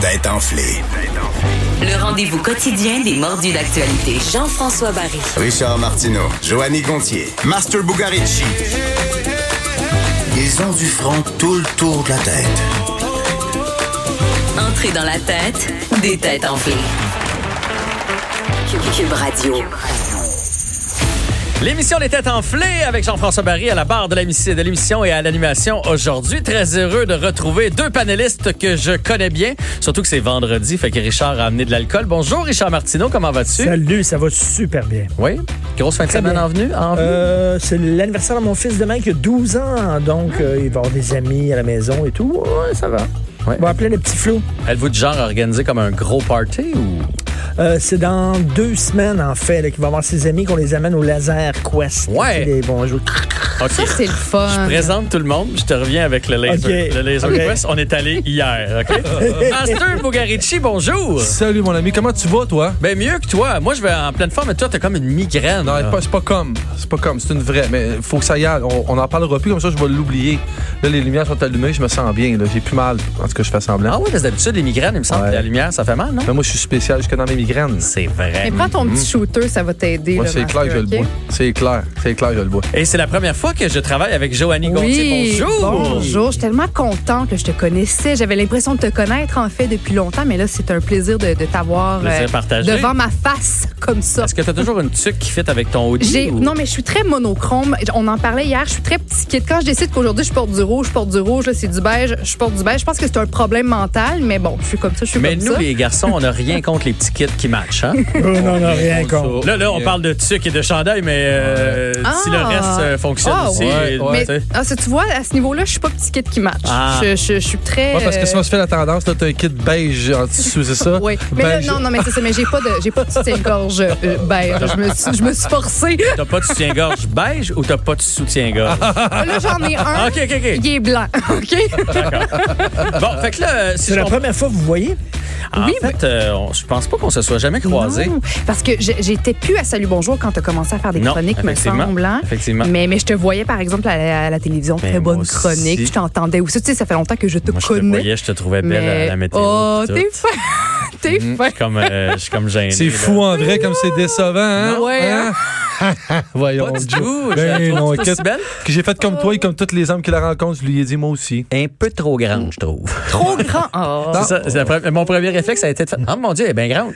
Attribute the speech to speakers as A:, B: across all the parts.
A: tête enflée.
B: Le rendez-vous quotidien des mordus d'actualité.
C: Jean-François Barry.
A: Richard Martineau, Joanny Gontier, Master Bugarici. Ils ont du front tout le tour de la tête.
B: Entrée dans la tête des têtes enflées.
C: Cube, Cube Radio.
D: L'émission Les Têtes enflées avec Jean-François Barry à la barre de l'émission de l'émission et à l'animation aujourd'hui. Très heureux de retrouver deux panélistes que je connais bien, surtout que c'est vendredi, fait que Richard a amené de l'alcool. Bonjour Richard Martineau, comment vas-tu?
E: Salut, ça va super bien.
D: Oui, grosse fin de
E: Très
D: semaine
E: bien.
D: en venue. En venue.
E: Euh, c'est l'anniversaire de mon fils demain qui a 12 ans, donc euh, il va avoir des amis à la maison et tout. Ouais, ça va.
D: Ouais.
E: On va appeler les petits flots.
D: Êtes-vous du genre à organiser comme un gros party ou...
E: Euh, c'est dans deux semaines, en fait, là, qu'il va avoir ses amis, qu'on les amène au Laser Quest.
D: Ouais.
E: Ils vont jouer.
D: Ok.
F: Ça, c'est le fun.
D: Présente tout le monde, je te reviens avec le laser.
E: Ok.
D: Le laser
E: Ok.
D: quest, on est allé hier, OK? Master Bugarici, bonjour!
G: Salut mon ami, comment tu vas toi?
D: Ben mieux que toi. Moi, je vais en pleine forme, mais toi, t'as comme une migraine.
G: Non,
D: là.
G: c'est pas- c'est pas comme, c'est pas comme, c'est une vraie, mais faut que ça y aille, on, on en parlera plus, comme ça je vais l'oublier. Là, les lumières sont allumées, je me sens bien, là, j'ai plus mal, en tout cas je fais
D: Ah
G: semblant.
D: oui, parce que d'habitude, les migraines, il me semble
G: Ouais.
D: que la lumière, ça fait mal,
F: Ah.
D: non?
G: Mais moi je suis spécial jusque dans mes migraines.
D: C'est vrai.
F: Mais prends ton petit shooter, ça va t'aider.
G: Moi
F: là,
G: Mm-hmm. c'est clair que je
F: Master,
G: le
F: ok?
G: bois, c'est clair, c'est clair que je le bois.
D: Et c'est la première fois que je travaille avec Joanie
F: Oui.
D: Gontier. Bonjour!
F: Bonjour. Je suis tellement contente que je te connaissais. J'avais l'impression de te connaître, en fait, depuis longtemps, mais là, c'est un plaisir de, de t'avoir euh,
D: Plaisir partagé.
F: devant ma face, comme ça.
D: Est-ce que t'as toujours une tuque qui fit avec ton hoodie?
F: J'ai,
D: ou-
F: non, mais je suis très monochrome. On en parlait hier. Je suis très petit kid. Quand je décide qu'aujourd'hui, je porte du rouge, je porte du rouge, là, c'est du beige, je porte du beige. Je pense que c'est un problème mental, mais bon, je suis comme ça, je suis
D: Mais
F: comme
D: nous,
F: ça.
D: les garçons, on n'a rien contre les petits kits qui matchent. Hein?
E: Oh, non, non, rien contre.
D: Là, là, on parle de tuque et de chandail, mais euh,
F: Ah.
D: si le reste euh, fonctionne
F: Ah,
D: aussi. euh,
G: ouais, ouais.
D: tu sais.
F: Mais ah, ça, tu vois, à ce niveau-là, je suis pas petit kid qui match.
D: Ah.
F: Je, je- je suis très.
G: Ouais, parce que si
F: euh,
G: on se fait la tendance, là, t'as un kit beige en tissu, c'est ça?
F: Oui, mais là,
G: Beige.
F: non, non, mais c'est ça, mais j'ai pas de, j'ai pas de soutien-gorge euh, beige. Je me suis, je me suis forcée.
D: T'as pas de soutien-gorge beige ou t'as pas de soutien-gorge?
F: Là, j'en ai un.
D: Ah, OK, OK, OK.
F: Il est blanc, OK?
D: Bon, fait que là, euh, si
E: C'est
D: je
E: la
D: comprends-
E: première fois que vous voyez.
D: En
F: Oui,
D: fait, euh, on- je pense pas qu'on se soit jamais croisés.
F: Non, parce que j'ai- j'étais plus à Salut Bonjour quand t'as commencé à faire des
D: Non,
F: chroniques, me
D: effectivement,
F: semble. hein?
D: effectivement.
F: Mais, mais je te voyais, par exemple, à la, à la télévision,
D: Mais
F: très
D: moi
F: bonne
D: aussi.
F: chronique. Je t'entendais aussi. Tu sais, ça fait longtemps que je te
D: Moi, je te
F: connais.
D: voyais, je te trouvais belle à
F: mais...
D: la météo.
F: oh,
D: pis tout.
F: t'es fin. t'es fin.
D: comme, euh, je suis comme gêné.
G: C'est
D: là.
G: fou en vrai, comme c'est décevant, hein?
F: Ouais,
G: Hein? Voyons,
D: Pas du
G: Joe.
D: tout.
G: Ben
D: Je la
G: non,
D: trouve
G: qu'est-
D: aussi belle.
G: que j'ai fait
F: Oh.
G: comme toi et comme toutes les hommes qui la rencontrent, je lui ai dit moi aussi.
D: Un peu trop grande, je trouve.
F: Trop grand. Oh.
D: C'est ça, c'est la pre- mon premier réflexe ça a été de faire Oh mon Dieu, elle est bien grande.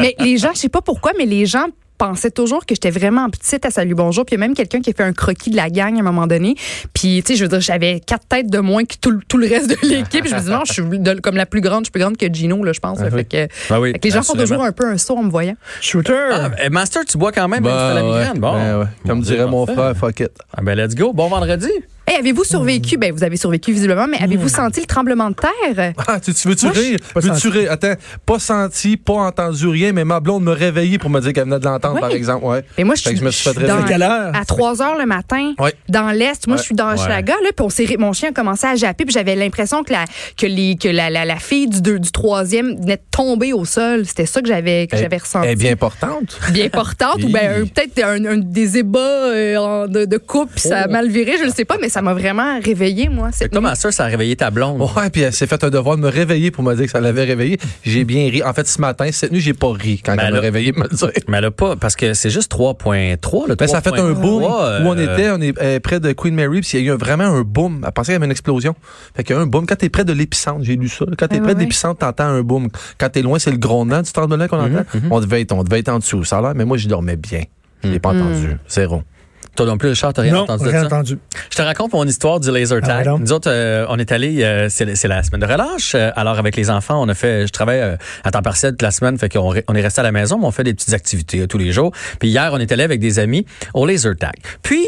F: Mais les gens, je sais pas pourquoi, mais les gens pensaient toujours que j'étais vraiment petite à Salut Bonjour. Puis il y a même quelqu'un qui a fait un croquis de la gang à un moment donné. Puis, tu sais, je veux dire, j'avais quatre têtes de moins que tout, le- tout le reste de l'équipe. Je me dis, non, je suis de- comme la plus grande, je suis plus grande que Gino, là, je pense. là. fait que,
D: Ben oui,
F: fait que les gens font
D: absolument.
F: toujours un peu un saut en me voyant.
E: Shooter.
D: Ah, eh, Master, tu bois quand même, même si t'as
G: Ben
D: la migraine.
G: ouais,
D: Bon.
G: ben ouais. Comme
D: Dieu,
G: dirait mon
D: parfait.
G: frère, fuck it.
D: Ah ben let's go. Bon vendredi.
F: Hey, avez-vous
D: Hmm.
F: survécu? Ben, vous avez survécu visiblement, mais avez-vous senti le tremblement de terre?
G: Ah, tu, tu veux-tu rire?
E: pas
G: Veux-tu
E: senti.
G: rire? Attends, pas senti, pas entendu rien, mais ma blonde me réveillait pour me dire qu'elle venait de l'entendre,
F: Ouais.
G: par exemple. Ouais.
F: Mais moi, je
G: Fait que
F: suis
G: je me suis fait
F: je suis dans-
G: réveiller.
E: À quelle heure?
F: À 3 heures le matin,
G: Ouais.
F: dans l'Est. Moi, je suis dans Hochelaga, là, puis on s'est ré- mon chien a commencé à japper, puis j'avais l'impression que la, que les, que la, la, la fille du, deux, du troisième venait de tomber au sol. C'était ça que j'avais, que
G: Elle-
F: j'avais ressenti.
G: Elle est Eh, bien portante.
F: Bien portante, ou ben, un- peut-être un, un- des ébats euh, en- de, de couple, puis
G: Oh.
F: ça a mal viré, je ne sais pas, mais ça m'a vraiment réveillée, moi.
D: Fait
F: Cette
D: que toi,
F: nuit.
D: Master, ça a réveillé ta blonde.
G: Ouais, puis elle s'est fait un devoir de me réveiller pour me dire que ça l'avait réveillée. J'ai bien ri. En fait, ce matin, cette nuit, j'ai pas ri quand
D: Ben
G: elle
D: là-
G: m'a réveillé pour me le dire.
D: Mais elle a pas, parce que c'est juste 3.3. là,
G: Ben, ça a fait un
D: 3.3,
G: boom
D: euh,
G: où on était, on est euh, près de Queen Mary, puis il y a eu un- vraiment un boom. Elle pensait qu'il y avait une explosion. Fait qu'il y a eu un boom. Quand t'es près de l'épicentre, j'ai lu ça. là, Quand t'es
F: Ah,
G: près de
F: ouais.
G: l'épicentre, t'entends un boom. Quand t'es loin, c'est le grondement du tremblement qu'on entend. On devait être, on devait être en dessous. Ça a l'air, mais moi, je dormais bien. Je l'ai pas
F: Mm.
G: entendu. Zéro.
D: Toi non plus, Richard, t'as rien
E: non,
D: entendu de
E: rien
D: ça?
E: entendu.
D: Je te raconte mon histoire du laser
E: Ah,
D: tag.
E: ouais, donc.
D: Nous autres, euh, on est allés, euh, c'est c'est la semaine de relâche. Euh, alors avec les enfants, on a fait, je travaille euh, à temps partiel toute la semaine, fait qu'on re- on est resté à la maison, mais on fait des petites activités euh, tous les jours. Puis hier, on est allé avec des amis au laser tag. Puis,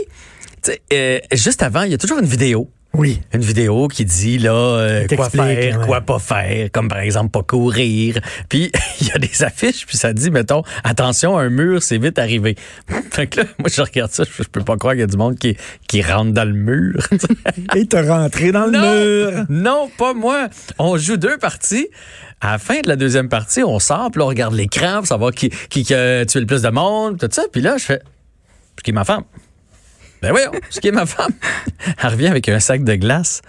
D: tu sais, euh, juste avant, il y a toujours une vidéo
E: Oui.
D: une vidéo qui dit là euh,
E: Il
D: quoi
E: t'explique,
D: faire,
E: ouais.
D: quoi pas faire, comme par exemple pas courir. Puis il y a des affiches puis ça dit mettons attention un mur c'est vite arrivé. fait que là moi je regarde ça je, je peux pas croire qu'il y a du monde qui qui rentre dans le mur.
E: Et t'es rentré dans le mur.
D: non, non pas moi. On joue deux parties. À la fin de la deuxième partie on sort puis là, on regarde l'écran pour savoir qui qui qui a tué le plus de monde tout ça puis là je fais ce qui est ma femme. Ben oui, ce qui est ma femme. Elle revient avec un sac de glace.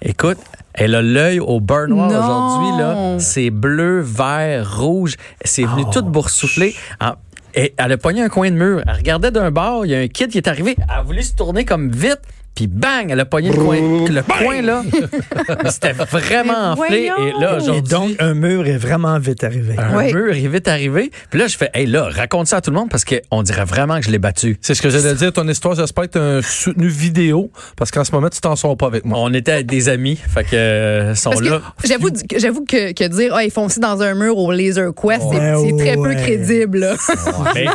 D: Écoute, elle a l'œil au beurre noir
F: Non.
D: aujourd'hui. là. C'est bleu, vert, rouge. C'est venu
F: Oh,
D: tout boursouflé. Ah, et elle a pogné un coin de mur. Elle regardait d'un bord, il y a un kid qui est arrivé. Elle a voulu se tourner comme vite. Puis bang, elle a pogné le coin, le coin là. Mais C'était vraiment
F: Mais
D: enflé. Et
F: voyons.
D: là,
E: Et
D: aujourd'hui, Ah.
E: donc, un mur est vraiment vite arrivé.
D: un
F: Oui.
D: mur est vite arrivé. Puis là, je fais, hey là, raconte ça à tout le monde parce qu'on dirait vraiment que je l'ai battu.
G: C'est ce que j'allais dire. Ton histoire, j'espère être un soutenu vidéo parce qu'en ce moment, tu t'en sors pas avec moi.
D: On était des amis, fait que euh, sont
F: Parce que
D: là.
F: j'avoue j'avoue que, que dire ah, ils font aussi dans un mur au Laser Quest, c'est-
E: Ouais,
F: c'est très peu
E: ouais.
F: crédible. là.
D: Mais-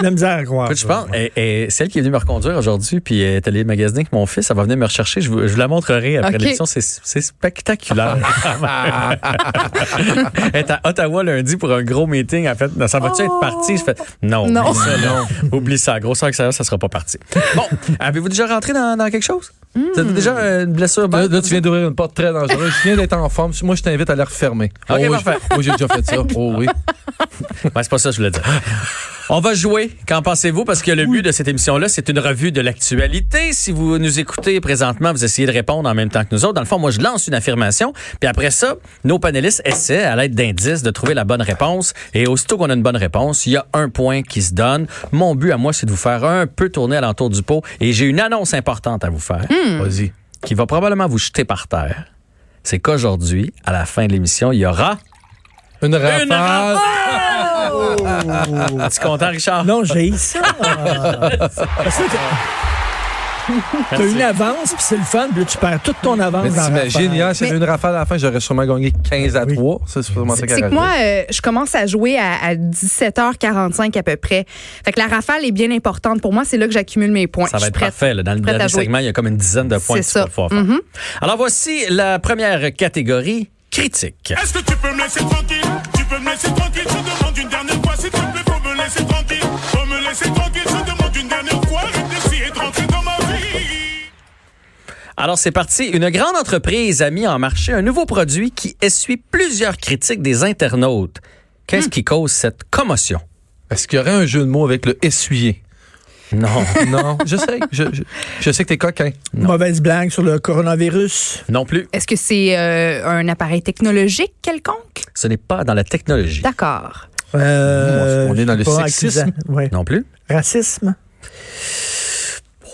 E: La misère à croire.
D: Écoute, je pense, et, et celle qui est venue me reconduire aujourd'hui, puis elle est allée magasiner avec mon fils, elle va venir me rechercher. Je vous, je vous la montrerai après
F: Ok.
D: l'émission. C'est, c'est spectaculaire. elle est à Ottawa lundi pour un gros meeting. En fait, ça va-tu être parti? Je fais, non,
F: Non.
D: oublie ça, non. oublie ça. Grosseur extérieure, ça sera pas parti. Bon, avez-vous déjà rentré dans, dans quelque chose?
F: Hmm.
D: Vous avez déjà euh, une blessure?
G: Là,
D: bête?
G: là, tu viens d'ouvrir une porte très dangereuse. Je viens d'être en forme. Moi, je t'invite à la refermer. Oh
D: Ok,
G: oui,
D: parfait.
G: je- oui, j'ai déjà fait ça. Oh oui.
D: Ouais, Ben, c'est pas ça que je voulais dire. On va jouer. Qu'en pensez-vous? Parce que le but de cette émission-là, c'est une revue de l'actualité. Si vous nous écoutez présentement, vous essayez de répondre en même temps que nous autres. Dans le fond, moi, je lance une affirmation. Puis après ça, nos panélistes essaient, à l'aide d'indices, de trouver la bonne réponse. Et aussitôt qu'on a une bonne réponse, il y a un point qui se donne. Mon but à moi, c'est de vous faire un peu tourner à l'entour du pot. Et j'ai une annonce importante à vous faire
G: Vas-y.
D: qui va probablement vous jeter par terre. C'est qu'aujourd'hui, à la fin de l'émission, il y aura...
G: Une rafale.
D: Es-tu content, Richard?
E: Non, j'ai ça. Parce que T'as
D: Merci.
E: une avance, puis c'est le fun, puis là, tu perds toute ton avance.
G: Mais
E: dans la
G: t'imagines,
E: rafale.
G: hier, s'il y avait une rafale à la fin, j'aurais sûrement gagné 15 à
E: Oui.
G: 3. C'est sûrement ça qui
F: C'est que
G: arrive.
F: moi, euh, je commence à jouer à, à 17h45 à peu près. Fait que la rafale est bien importante. Pour moi, c'est là que j'accumule mes points.
D: Ça
F: Je
D: va
F: suis
D: être
F: prête.
D: parfait. là. Dans le
F: Prête à
D: dernier
F: jouer.
D: segment, il y a comme une dizaine de points
F: C'est
D: que tu
F: ça. Mm-hmm.
D: vas pouvoir faire. Alors voici la première catégorie critique.
C: Est-ce que tu peux me laisser tranquille Tu peux me laisser tranquille, je demande une dernière fois, s'il te plaît, faut me laisser tranquille. Faut me laisser tranquille, je demande une dernière fois, arrête d'essayer de rentrer dans ma vie.
D: Alors c'est parti. Une grande entreprise a mis en marché un nouveau produit qui essuie plusieurs critiques des internautes. Qu'est-ce
F: Hmm.
D: qui cause cette commotion?
G: Est-ce qu'il y aurait un jeu de mots avec le essuyer?
D: Non.
G: non, je sais. Je, je- je sais que t'es coquin.
E: Mauvaise blague sur le coronavirus.
D: non plus.
F: Est-ce que c'est euh, un appareil technologique quelconque?
D: Ce n'est pas dans la technologie.
F: D'accord.
E: Euh,
G: On est dans
E: je sais
G: le
E: pas,
G: sexisme.
E: accusant. Ouais.
D: Non plus.
E: Racisme.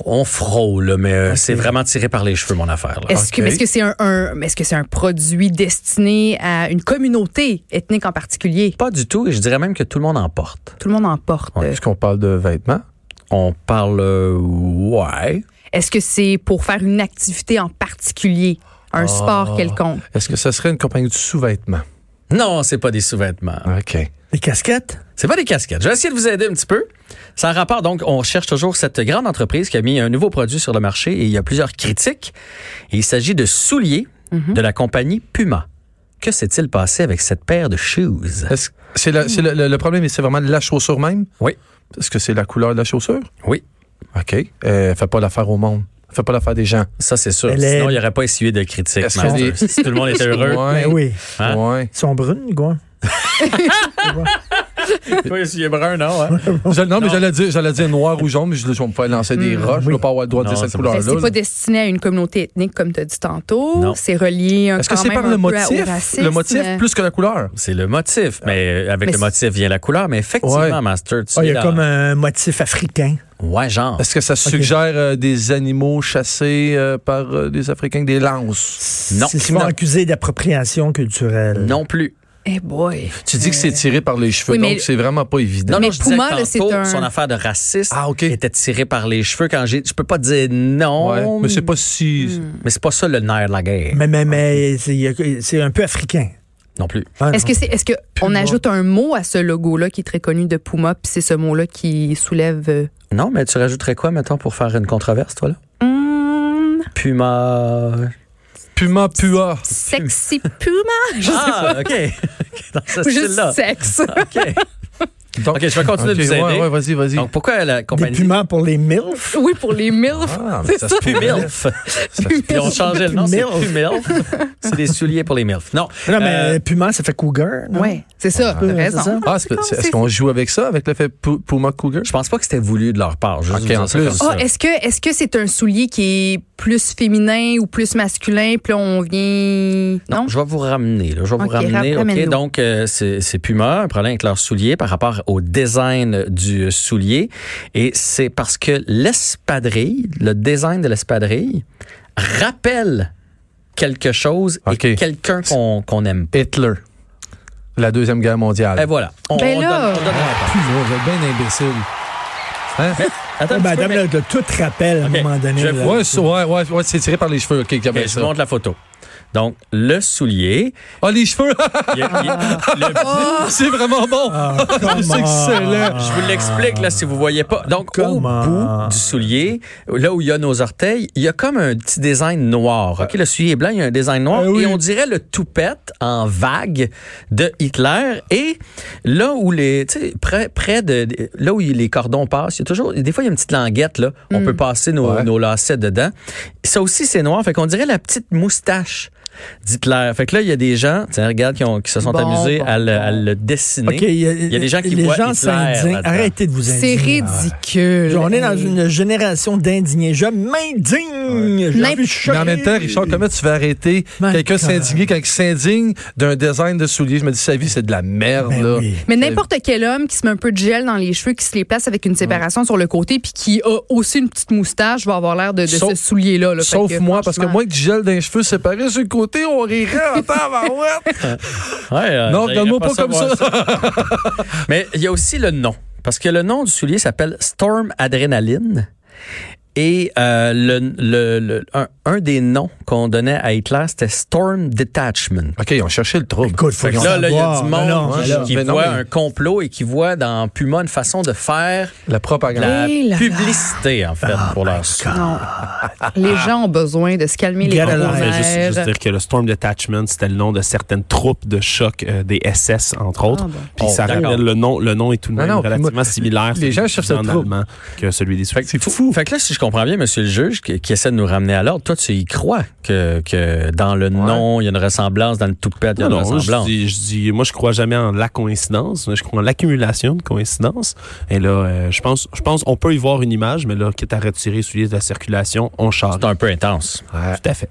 D: On frôle, mais euh, c'est vraiment tiré par les cheveux, mon affaire. là.
F: Est-ce que
G: Ok.
F: mais est-ce que c'est un, un- est-ce que c'est un produit destiné à une communauté ethnique en particulier?
D: Pas du tout, et je dirais même que tout le monde en porte.
F: Tout le monde en porte.
G: Est-ce qu'on parle de vêtements?
D: On parle... euh, ouais.
F: Est-ce que c'est pour faire une activité en particulier, un
G: Ah.
F: sport quelconque?
G: Est-ce que ce serait une compagnie de sous-vêtements?
D: Non, c'est pas des sous-vêtements.
G: OK.
E: Les casquettes.
D: C'est pas des casquettes. Je vais essayer de vous aider un petit peu. Ça a rapport, donc, on cherche toujours cette grande entreprise qui a mis un nouveau produit sur le marché et il y a plusieurs critiques. Et il s'agit de souliers
E: Mhm.
D: de la compagnie Puma. Que s'est-il passé avec cette paire de shoes?
G: Est-ce- C'est la- c'est le, le- le problème, mais c'est vraiment la chaussure même?
D: Oui.
G: Est-ce que c'est la couleur de la chaussure?
D: Oui.
G: OK. Euh, fais pas l'affaire au monde. Fais pas l'affaire des gens.
D: Ça, c'est sûr.
E: Elle est-
D: Sinon, il n'y aurait pas essuyé de critiques.
G: Est-ce
D: Master.
G: que des-
D: Si tout le monde était heureux,
G: Ouais.
E: Ben oui.
D: Hein?
G: Ouais.
E: Ils sont brunes, quoi.
D: pas essuyé brun, non? hein?
G: Je- non, Hmm. mais j'allais dire, j'allais dire noir ou jaune, mais je, je vais me faire lancer des roches. Je ne vais pas avoir le droit de
D: Non,
G: dire cette
D: c'est pas-
G: couleur-là.
F: C'est pas
G: Ah, là.
F: destiné à une communauté ethnique, comme tu as dit tantôt.
D: Non.
F: C'est relié un
G: Est-ce que
F: quand
G: c'est
F: même
G: par
F: un
G: le
F: peu à- au
G: motif?
F: racisme.
G: Le motif plus que la couleur?
D: C'est le motif. Mais euh, avec
F: Mais
D: le
F: c'est-
D: motif vient la couleur. Mais effectivement,
G: Ouais.
D: Master, tu
E: Ah, il y
D: es
E: a
D: dans-
E: comme un motif africain.
D: Ouais, genre.
G: Est-ce que ça suggère euh, des animaux chassés euh, par euh, des Africains avec des lances?
D: Non.
E: Ils sont
D: Non.
E: accusés d'appropriation culturelle.
D: Non plus.
F: Eh boy.
G: Tu dis que c'est tiré par les cheveux,
F: oui, mais-
G: donc c'est vraiment pas évident.
D: Non,
F: Mais
D: non, je disais
F: Puma,
D: que
F: là, c'est
D: tantôt,
F: un-
D: son affaire de raciste
G: Ah, ok.
D: était tirée par les cheveux quand j'ai. Je peux pas dire non,
G: Ouais, mais c'est pas si.
D: mais c'est pas ça le nerf de la guerre.
E: Mais, mais, mais c'est il y a- c'est un peu africain.
D: Non plus.
E: Ah,
F: Est-ce
E: non.
F: que c'est est-ce que on ajoute un mot à ce logo-là qui est très connu de Puma, puis c'est ce mot-là qui soulève euh,
D: Non, mais tu rajouterais quoi, mettons, pour faire une controverse, toi, là?
E: Hum,
F: hmm,
D: Puma.
G: Puma pua.
F: sexy Puma? Je sais
D: Ah, OK. Dans ce
F: pas,
D: style-là.
F: juste sexe.
D: OK.
G: Donc-
D: OK, je vais continuer de
G: Ok,
D: vous aider.
G: ouais, ouais, vas-y, vas-y.
D: Donc, pourquoi la
E: Des
D: compagnie.
E: piments pour les MILF?
F: Oui, pour les MILF.
G: Ah, mais
F: c'est
G: ça
F: ça.
G: se peut.
D: Pumilf. Ils ont changé le nom, c'est Pumilf. C'est des souliers pour les MILF. Non.
E: Non, mais
D: euh,
E: piment, ça fait cougar. non?
F: Ouais, c'est ça,
E: Ouais,
F: t'as raison.
E: c'est ça.
G: Ah, c'est- c'est- est-ce
F: c'est-
G: qu'on joue avec ça, avec le fait Pu- Puma Cougar?
D: je pense pas que c'était voulu de leur part. Juste
G: Ok,
D: vous dire
G: en
D: ça
G: plus.
D: comme
F: Ah,
D: ça.
F: est-ce que est-ce que c'est un soulier qui est plus féminin ou plus masculin, puis là, on vient.
D: Non, je vais vous ramener. là. Je vais
F: Ok,
D: vous ramener.
F: ra-
D: ok.
F: ramène-nous.
D: donc, euh, c'est c'est Puma, un problème avec leurs souliers par rapport au design du soulier. Et c'est parce que l'espadrille, le design de l'espadrille, rappelle quelque chose
G: Ok.
D: et quelqu'un qu'on qu'on aime.
G: Hitler. La Deuxième Guerre mondiale.
D: Et voilà. On,
F: Ben
D: on
F: là.
D: donne- on donne la réponse.
G: Puis là, vous êtes bien imbécile. Hein?
D: Attends un
E: Ben,
D: petit peu,
E: Madame,
D: mais-
E: là, t'as tout rappel à un
D: Ok,
E: moment donné.
D: je
E: là.
G: Ouais, ça, ouais, ouais, ouais, c'est tiré par les cheveux. OK, qu'il y avait
D: Ok, je
G: ça.
D: vous montre la photo. Donc, le soulier.
G: Ah, les cheveux!
D: il y a- il y a- le-
G: c'est vraiment bon!
E: Ah,
G: c'est excellent!
D: Je vous l'explique là si vous voyez pas. Donc
E: Comment?
D: au bout du soulier, là où il y a nos orteils, il y a comme un petit design noir. Ok, le soulier est blanc, il y a un design noir
E: Eh oui.
D: et on dirait le toupette en vague de Hitler. Et là où les, tu sais, près, près de là où les cordons passent, il y a toujours des fois il y a une petite languette là, on peut passer nos,
G: Ouais.
D: nos lacets dedans. Ça aussi c'est noir, fait qu'on dirait la petite moustache d'Hitler. Fait que là il y a des gens, tiens regarde qui, ont- qui se sont
F: Bon,
D: amusés
F: bon,
D: à, le, à
F: bon.
D: le dessiner.
E: OK, il y, a,
D: Il y a des gens qui
E: les
D: voient
E: gens
D: Hitler
E: s'indignent.
D: là-dedans.
E: Arrêtez de vous indigner.
F: C'est ridicule.
E: On est dans une génération d'indignés. Je m'indigne. Je
F: N'importe-
E: suis
G: Mais
E: choqué.
G: en même temps, Richard, comment tu vas arrêter
E: Ben,
G: quelqu'un
E: quand-
G: s'indigner quand il s'indigne d'un design de soulier? Je me dis, sa vie, c'est de la merde,
E: Ben
G: là.
E: oui.
F: Mais n'importe quel homme qui se met un peu de gel dans les cheveux, qui se les place avec une séparation sur le côté, puis qui a aussi une petite moustache, va avoir l'air de, de
G: Sauf-
F: ce soulier-là. là. Fait
G: Sauf
F: que,
G: moi, parce que
F: franchement-
G: moi, avec du gel dans les cheveux séparés sur le côté, on rirait en tabarouette.
D: Ouais, euh,
G: Non,
D: j'irais
G: regarde-moi pas comme
D: voir
G: ça.
D: Mais il y a aussi le nom. Parce que le nom du soulier s'appelle Storm Adrenaline. Et euh, le, le- le- un, un des noms qu'on donnait à Hitler, c'était Storm Detachment.
G: OK, on cherchait le trouble.
E: Écoute, faut
D: Fait que
E: qu'on Ben
D: là, là, il y a du monde
E: Non, non,
D: qui-
E: là.
D: qui
G: mais non,
D: voit
G: mais-
D: un complot et qui voit dans Puma une façon de faire
G: La propagande.
D: la
F: Eh là là.
D: publicité, en fait, pour leur soulier.
F: Non. Les gens ont besoin de se calmer les
E: Get
H: On
E: alive.
H: fait juste, juste
F: nerfs.
H: dire que le Storm Detachment, c'était le nom de certaines troupes de choc euh, des SS, entre autres.
F: Ah bon.
H: Puis
D: Oh,
H: ça
D: d'accord.
H: rappelle le nom, le nom est tout de
G: Non,
H: même
G: non, puis
H: relativement
G: moi,
H: similaire.
G: les
H: celui
G: gens
H: du
G: cherchent le
H: en
G: trouble.
H: allemand que celui des
D: Fait
H: Suisses.
D: que, fou. Fait que là, si je comprends bien, monsieur le juge, qui, qui essaie de nous ramener à l'ordre, toi, tu y crois que, que dans le nom, il y a une ressemblance, dans le toupette, il y a
H: Non,
D: une
H: non, je
D: ressemblance.
H: dis, je dis- moi je crois jamais en la coïncidence, je crois en l'accumulation de coïncidences. Et là, euh, je pense, je pense, on peut y voir une image, mais là, quitte à retirer celui de la circulation, on charge.
D: C'est un peu intense.
H: Tout à fait.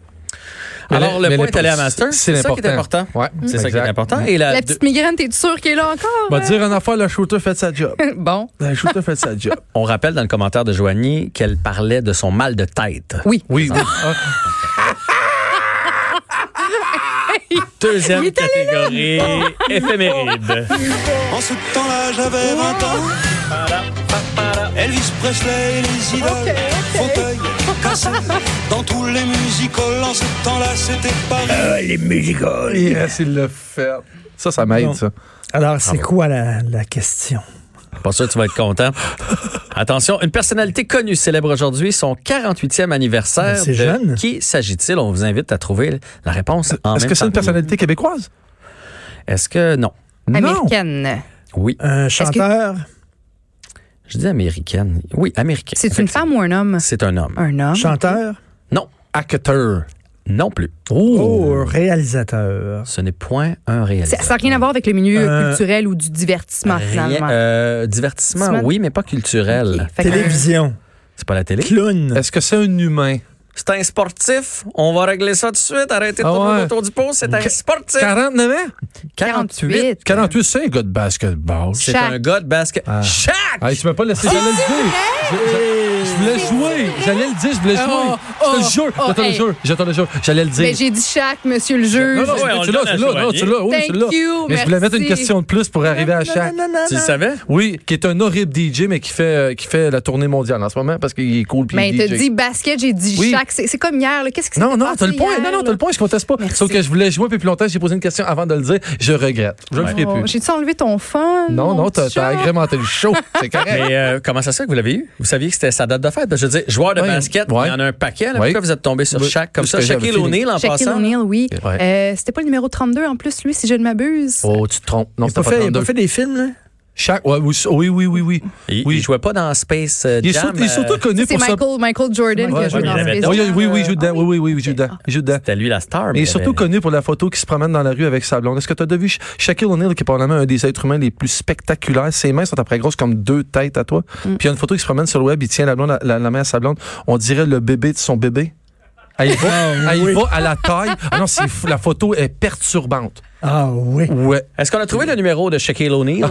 G: Mais
D: Alors, le
G: la- mais
D: point
G: la-
D: est allé à Master. C'est ça qui est important.
G: Ouais,
D: C'est ça qui est
G: exact.
D: important. Et la,
F: La
D: deux-
F: petite migraine, t'es sûr qu'elle est là encore?
G: On va dire en affaire, le shooter fait sa job.
F: Bon.
G: Le shooter fait sa job.
D: on rappelle dans le commentaire de Joanie qu'elle parlait de son mal de tête.
F: Oui.
G: Oui, oui. Ah,
D: Deuxième catégorie, éphéméride.
I: En ce temps-là, j'avais 20 ans. Elvis Presley et les idoles. Fauteuil cassé dans tous les musicals. En ce temps-là, c'était Paris.
G: Ah, oh, yes, il l'a fait. Ça, ça m'aide,
E: Non.
G: ça.
D: Ah
E: Alors, c'est quoi la, la question?
D: Pas sûr que tu vas être content. Attention, une personnalité connue célèbre aujourd'hui son 48e anniversaire.
E: Mais c'est
D: De
E: jeune.
D: Qui s'agit-il? On vous invite à trouver la réponse en
G: Est-ce
D: même
G: que c'est
D: temps.
G: une personnalité québécoise?
D: Est-ce que non?
F: Américaine.
D: Oui.
E: Un chanteur?
D: Je dis américaine. Oui, américaine.
F: C'est une femme ou un homme?
D: C'est un homme.
F: Un homme.
E: Chanteur?
D: Non.
G: Acteur.
D: Non plus.
E: Oh, réalisateur.
D: Ce n'est point un
F: Ça
D: réalisateur.
F: n'a rien à voir avec le milieu
E: Euh,
F: culturel ou du divertissement,
D: Rien,
F: finalement.
D: euh, divertissement,
F: Divertissement.
D: oui, mais pas culturel.
F: Ok. Fait que-
E: Télévision.
D: C'est pas la télé.
E: Clown.
G: Est-ce que c'est un humain?
D: C'est un sportif. On va régler ça tout de suite. Arrêtez de
G: Ah
D: tourner
G: ouais.
D: autour du pot. C'est un sportif.
G: 49 ans?
F: 48.
G: 48, c'est un gars de basketball.
D: C'est
F: Shaq.
D: un gars de basket. Shaq!
G: Ah, tu m'as pas laissé, j'allais le dire. Je, je- je voulais jouer. J'allais le dire, je voulais jouer.
F: oh,
G: je te le jure.
F: oh,
G: J'attends le
F: hey.
G: jeu. J'attends le jeu. J'allais le dire.
F: Mais Ben, j'ai dit chaque, monsieur le juge.
G: Non, non,
D: Ouais, on
G: tu
D: le
G: l'as,
D: donne à
G: tu l'as, non,
D: Joanie.
G: tu l'as, oui,
F: Thank
G: tu l'as.
F: you,
G: Mais je voulais mettre une
F: merci.
G: question de plus pour arriver à Shaq.
D: Tu le savais?
G: Oui, qui est un horrible DJ, mais qui fait, euh, qui fait la tournée mondiale en ce moment parce qu'il est cool. puis
F: Mais
G: il
F: Ben, t'as
G: est DJ.
F: dit basket, j'ai dit
G: Oui.
F: chaque. C'est c'est comme hier, là. Qu'est-ce que
G: Non, non, t'as le point. Non, non, t'as le point, je conteste pas.
F: Merci.
G: Sauf que je voulais jouer depuis plus longtemps, j'ai posé une question avant de le dire. Je regrette. Je le ferai plus.
F: Oh, J'ai-tu enlevé ton fun?
G: Non,
F: mon
G: non, t'as
F: petit
G: t'as
F: chat?
G: agrémenté le show. C'est correct.
D: Mais euh, comment ça se fait que vous l'avez eu? Vous saviez que c'était sa date de fête? Parce que je veux dire, joueur de
G: Ouais,
D: basket,
G: ouais.
D: il y en a un paquet. là.
G: Ouais.
D: Pourquoi vous êtes tombé sur
G: Ouais,
D: Shaq comme
G: parce
D: ça?
G: que j'avais
D: Shaquille
G: fini.
D: O'Neal en
F: Shaquille
D: passant?
F: O'Neal, oui.
G: Ouais.
F: Euh, C'était pas le numéro 32 en plus, lui, si je ne m'abuse.
G: Oh, tu te trompes.
E: Il
G: Non,
E: a
G: c'était
E: pas
G: pas
E: fait, il a pas
G: 32.
E: fait des films, là?
G: Shaq, ouais, oui, oui, oui, oui, oui.
D: Il,
G: Oui.
D: il jouait pas dans Space euh,
G: Il est,
D: Jam.
G: surtout- il est surtout
D: euh,
G: connu
F: C'est
G: pour ça.
F: Michael, Michael Jordan qui
G: Ouais,
F: a joué
D: ouais,
F: dans Ah
D: il avait
F: Space
D: donc-
G: Oui,
F: Jam.
G: oui, oui, il joue dedans. Oui, oui, oui, oui, il joue dedans. Il joue dedans.
D: C'était lui la star.
G: Et
D: mais
G: il est surtout
D: avait-
G: connu pour la photo qui se promène dans la rue avec sa blonde. Est-ce que tu as déjà vu Sha- Shaquille O'Neal, qui est probablement un des êtres humains les plus spectaculaires? Ses mains sont après grosses comme deux têtes à toi. Puis il y a une photo qui se promène sur le web, il tient la, blonde, la, la main à sa blonde. On dirait le bébé de son bébé. Elle y va, elle y
E: oui.
G: va à la taille. Ah non, c'est fou, la photo est perturbante.
E: Ah oui.
G: Ouais.
D: Est-ce qu'on a trouvé le numéro de Shaquille O'Neal?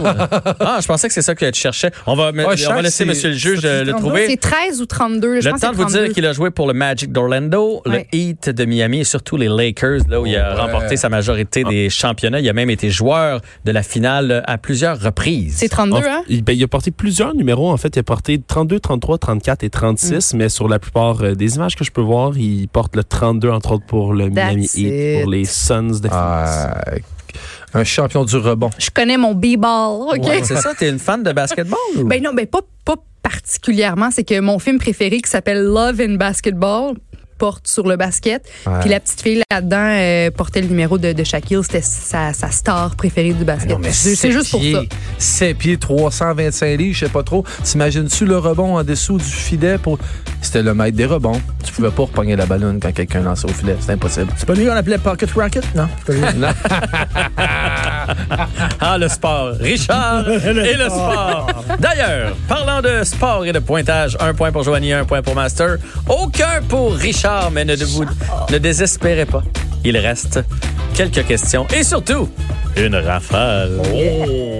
D: ah, je pensais que c'est ça que tu cherchais. On va, me-
G: Ah,
D: on
G: Shaq,
D: va laisser
G: c'est-
D: monsieur le juge
G: c'est
D: euh, le
G: 32?
D: trouver.
F: C'est 13 ou 32, je
D: Le
F: pense
D: temps de
F: que
D: vous
F: c'est 32.
D: dire qu'il a joué pour le Magic d'Orlando,
F: Ouais.
D: le Heat de Miami et surtout les Lakers, là où il a
G: Ouais.
D: remporté sa majorité des championnats. Il a même été joueur de la finale à plusieurs reprises.
F: C'est 32, hein?
H: il, ben, il a porté plusieurs numéros. En fait, il a porté 32, 33, 34 et 36.
F: Mm.
H: Mais sur la plupart euh, des images que je peux voir, il porte le 32, entre autres, pour le Miami
F: That's
H: Heat, pour
F: it.
H: les Suns de Phoenix.
G: Ah, un champion du rebond.
F: Je connais mon b-ball, OK?
D: Ouais, c'est ça, t'es une fan de basketball? ou?
F: Ben non, ben pas, pas particulièrement. C'est que mon film préféré qui s'appelle Love and Basketball porte sur le basket. Puis la petite fille là-dedans euh, portait le numéro de, de Shaquille. C'était sa, sa star préférée du basket. c'est c'est juste pour ça.
G: 7 pieds, 325 livres, je sais pas trop. T'imagines-tu le rebond en dessous du filet pour. C'était le maître des rebonds. Tu pouvais pas repogner la ballonne quand quelqu'un lançait au filet. C'était impossible.
E: C'est pas lui qu'on appelait Pocket Rocket? Non. c'est pas lui.
D: Ah, le sport. Richard et le sport. D'ailleurs, parlant de sport et de pointage, un point pour Joanie, un point pour Master. Aucun pour Richard, mais ne, vous, ne désespérez Oh. pas. Il reste quelques questions et surtout une rafale.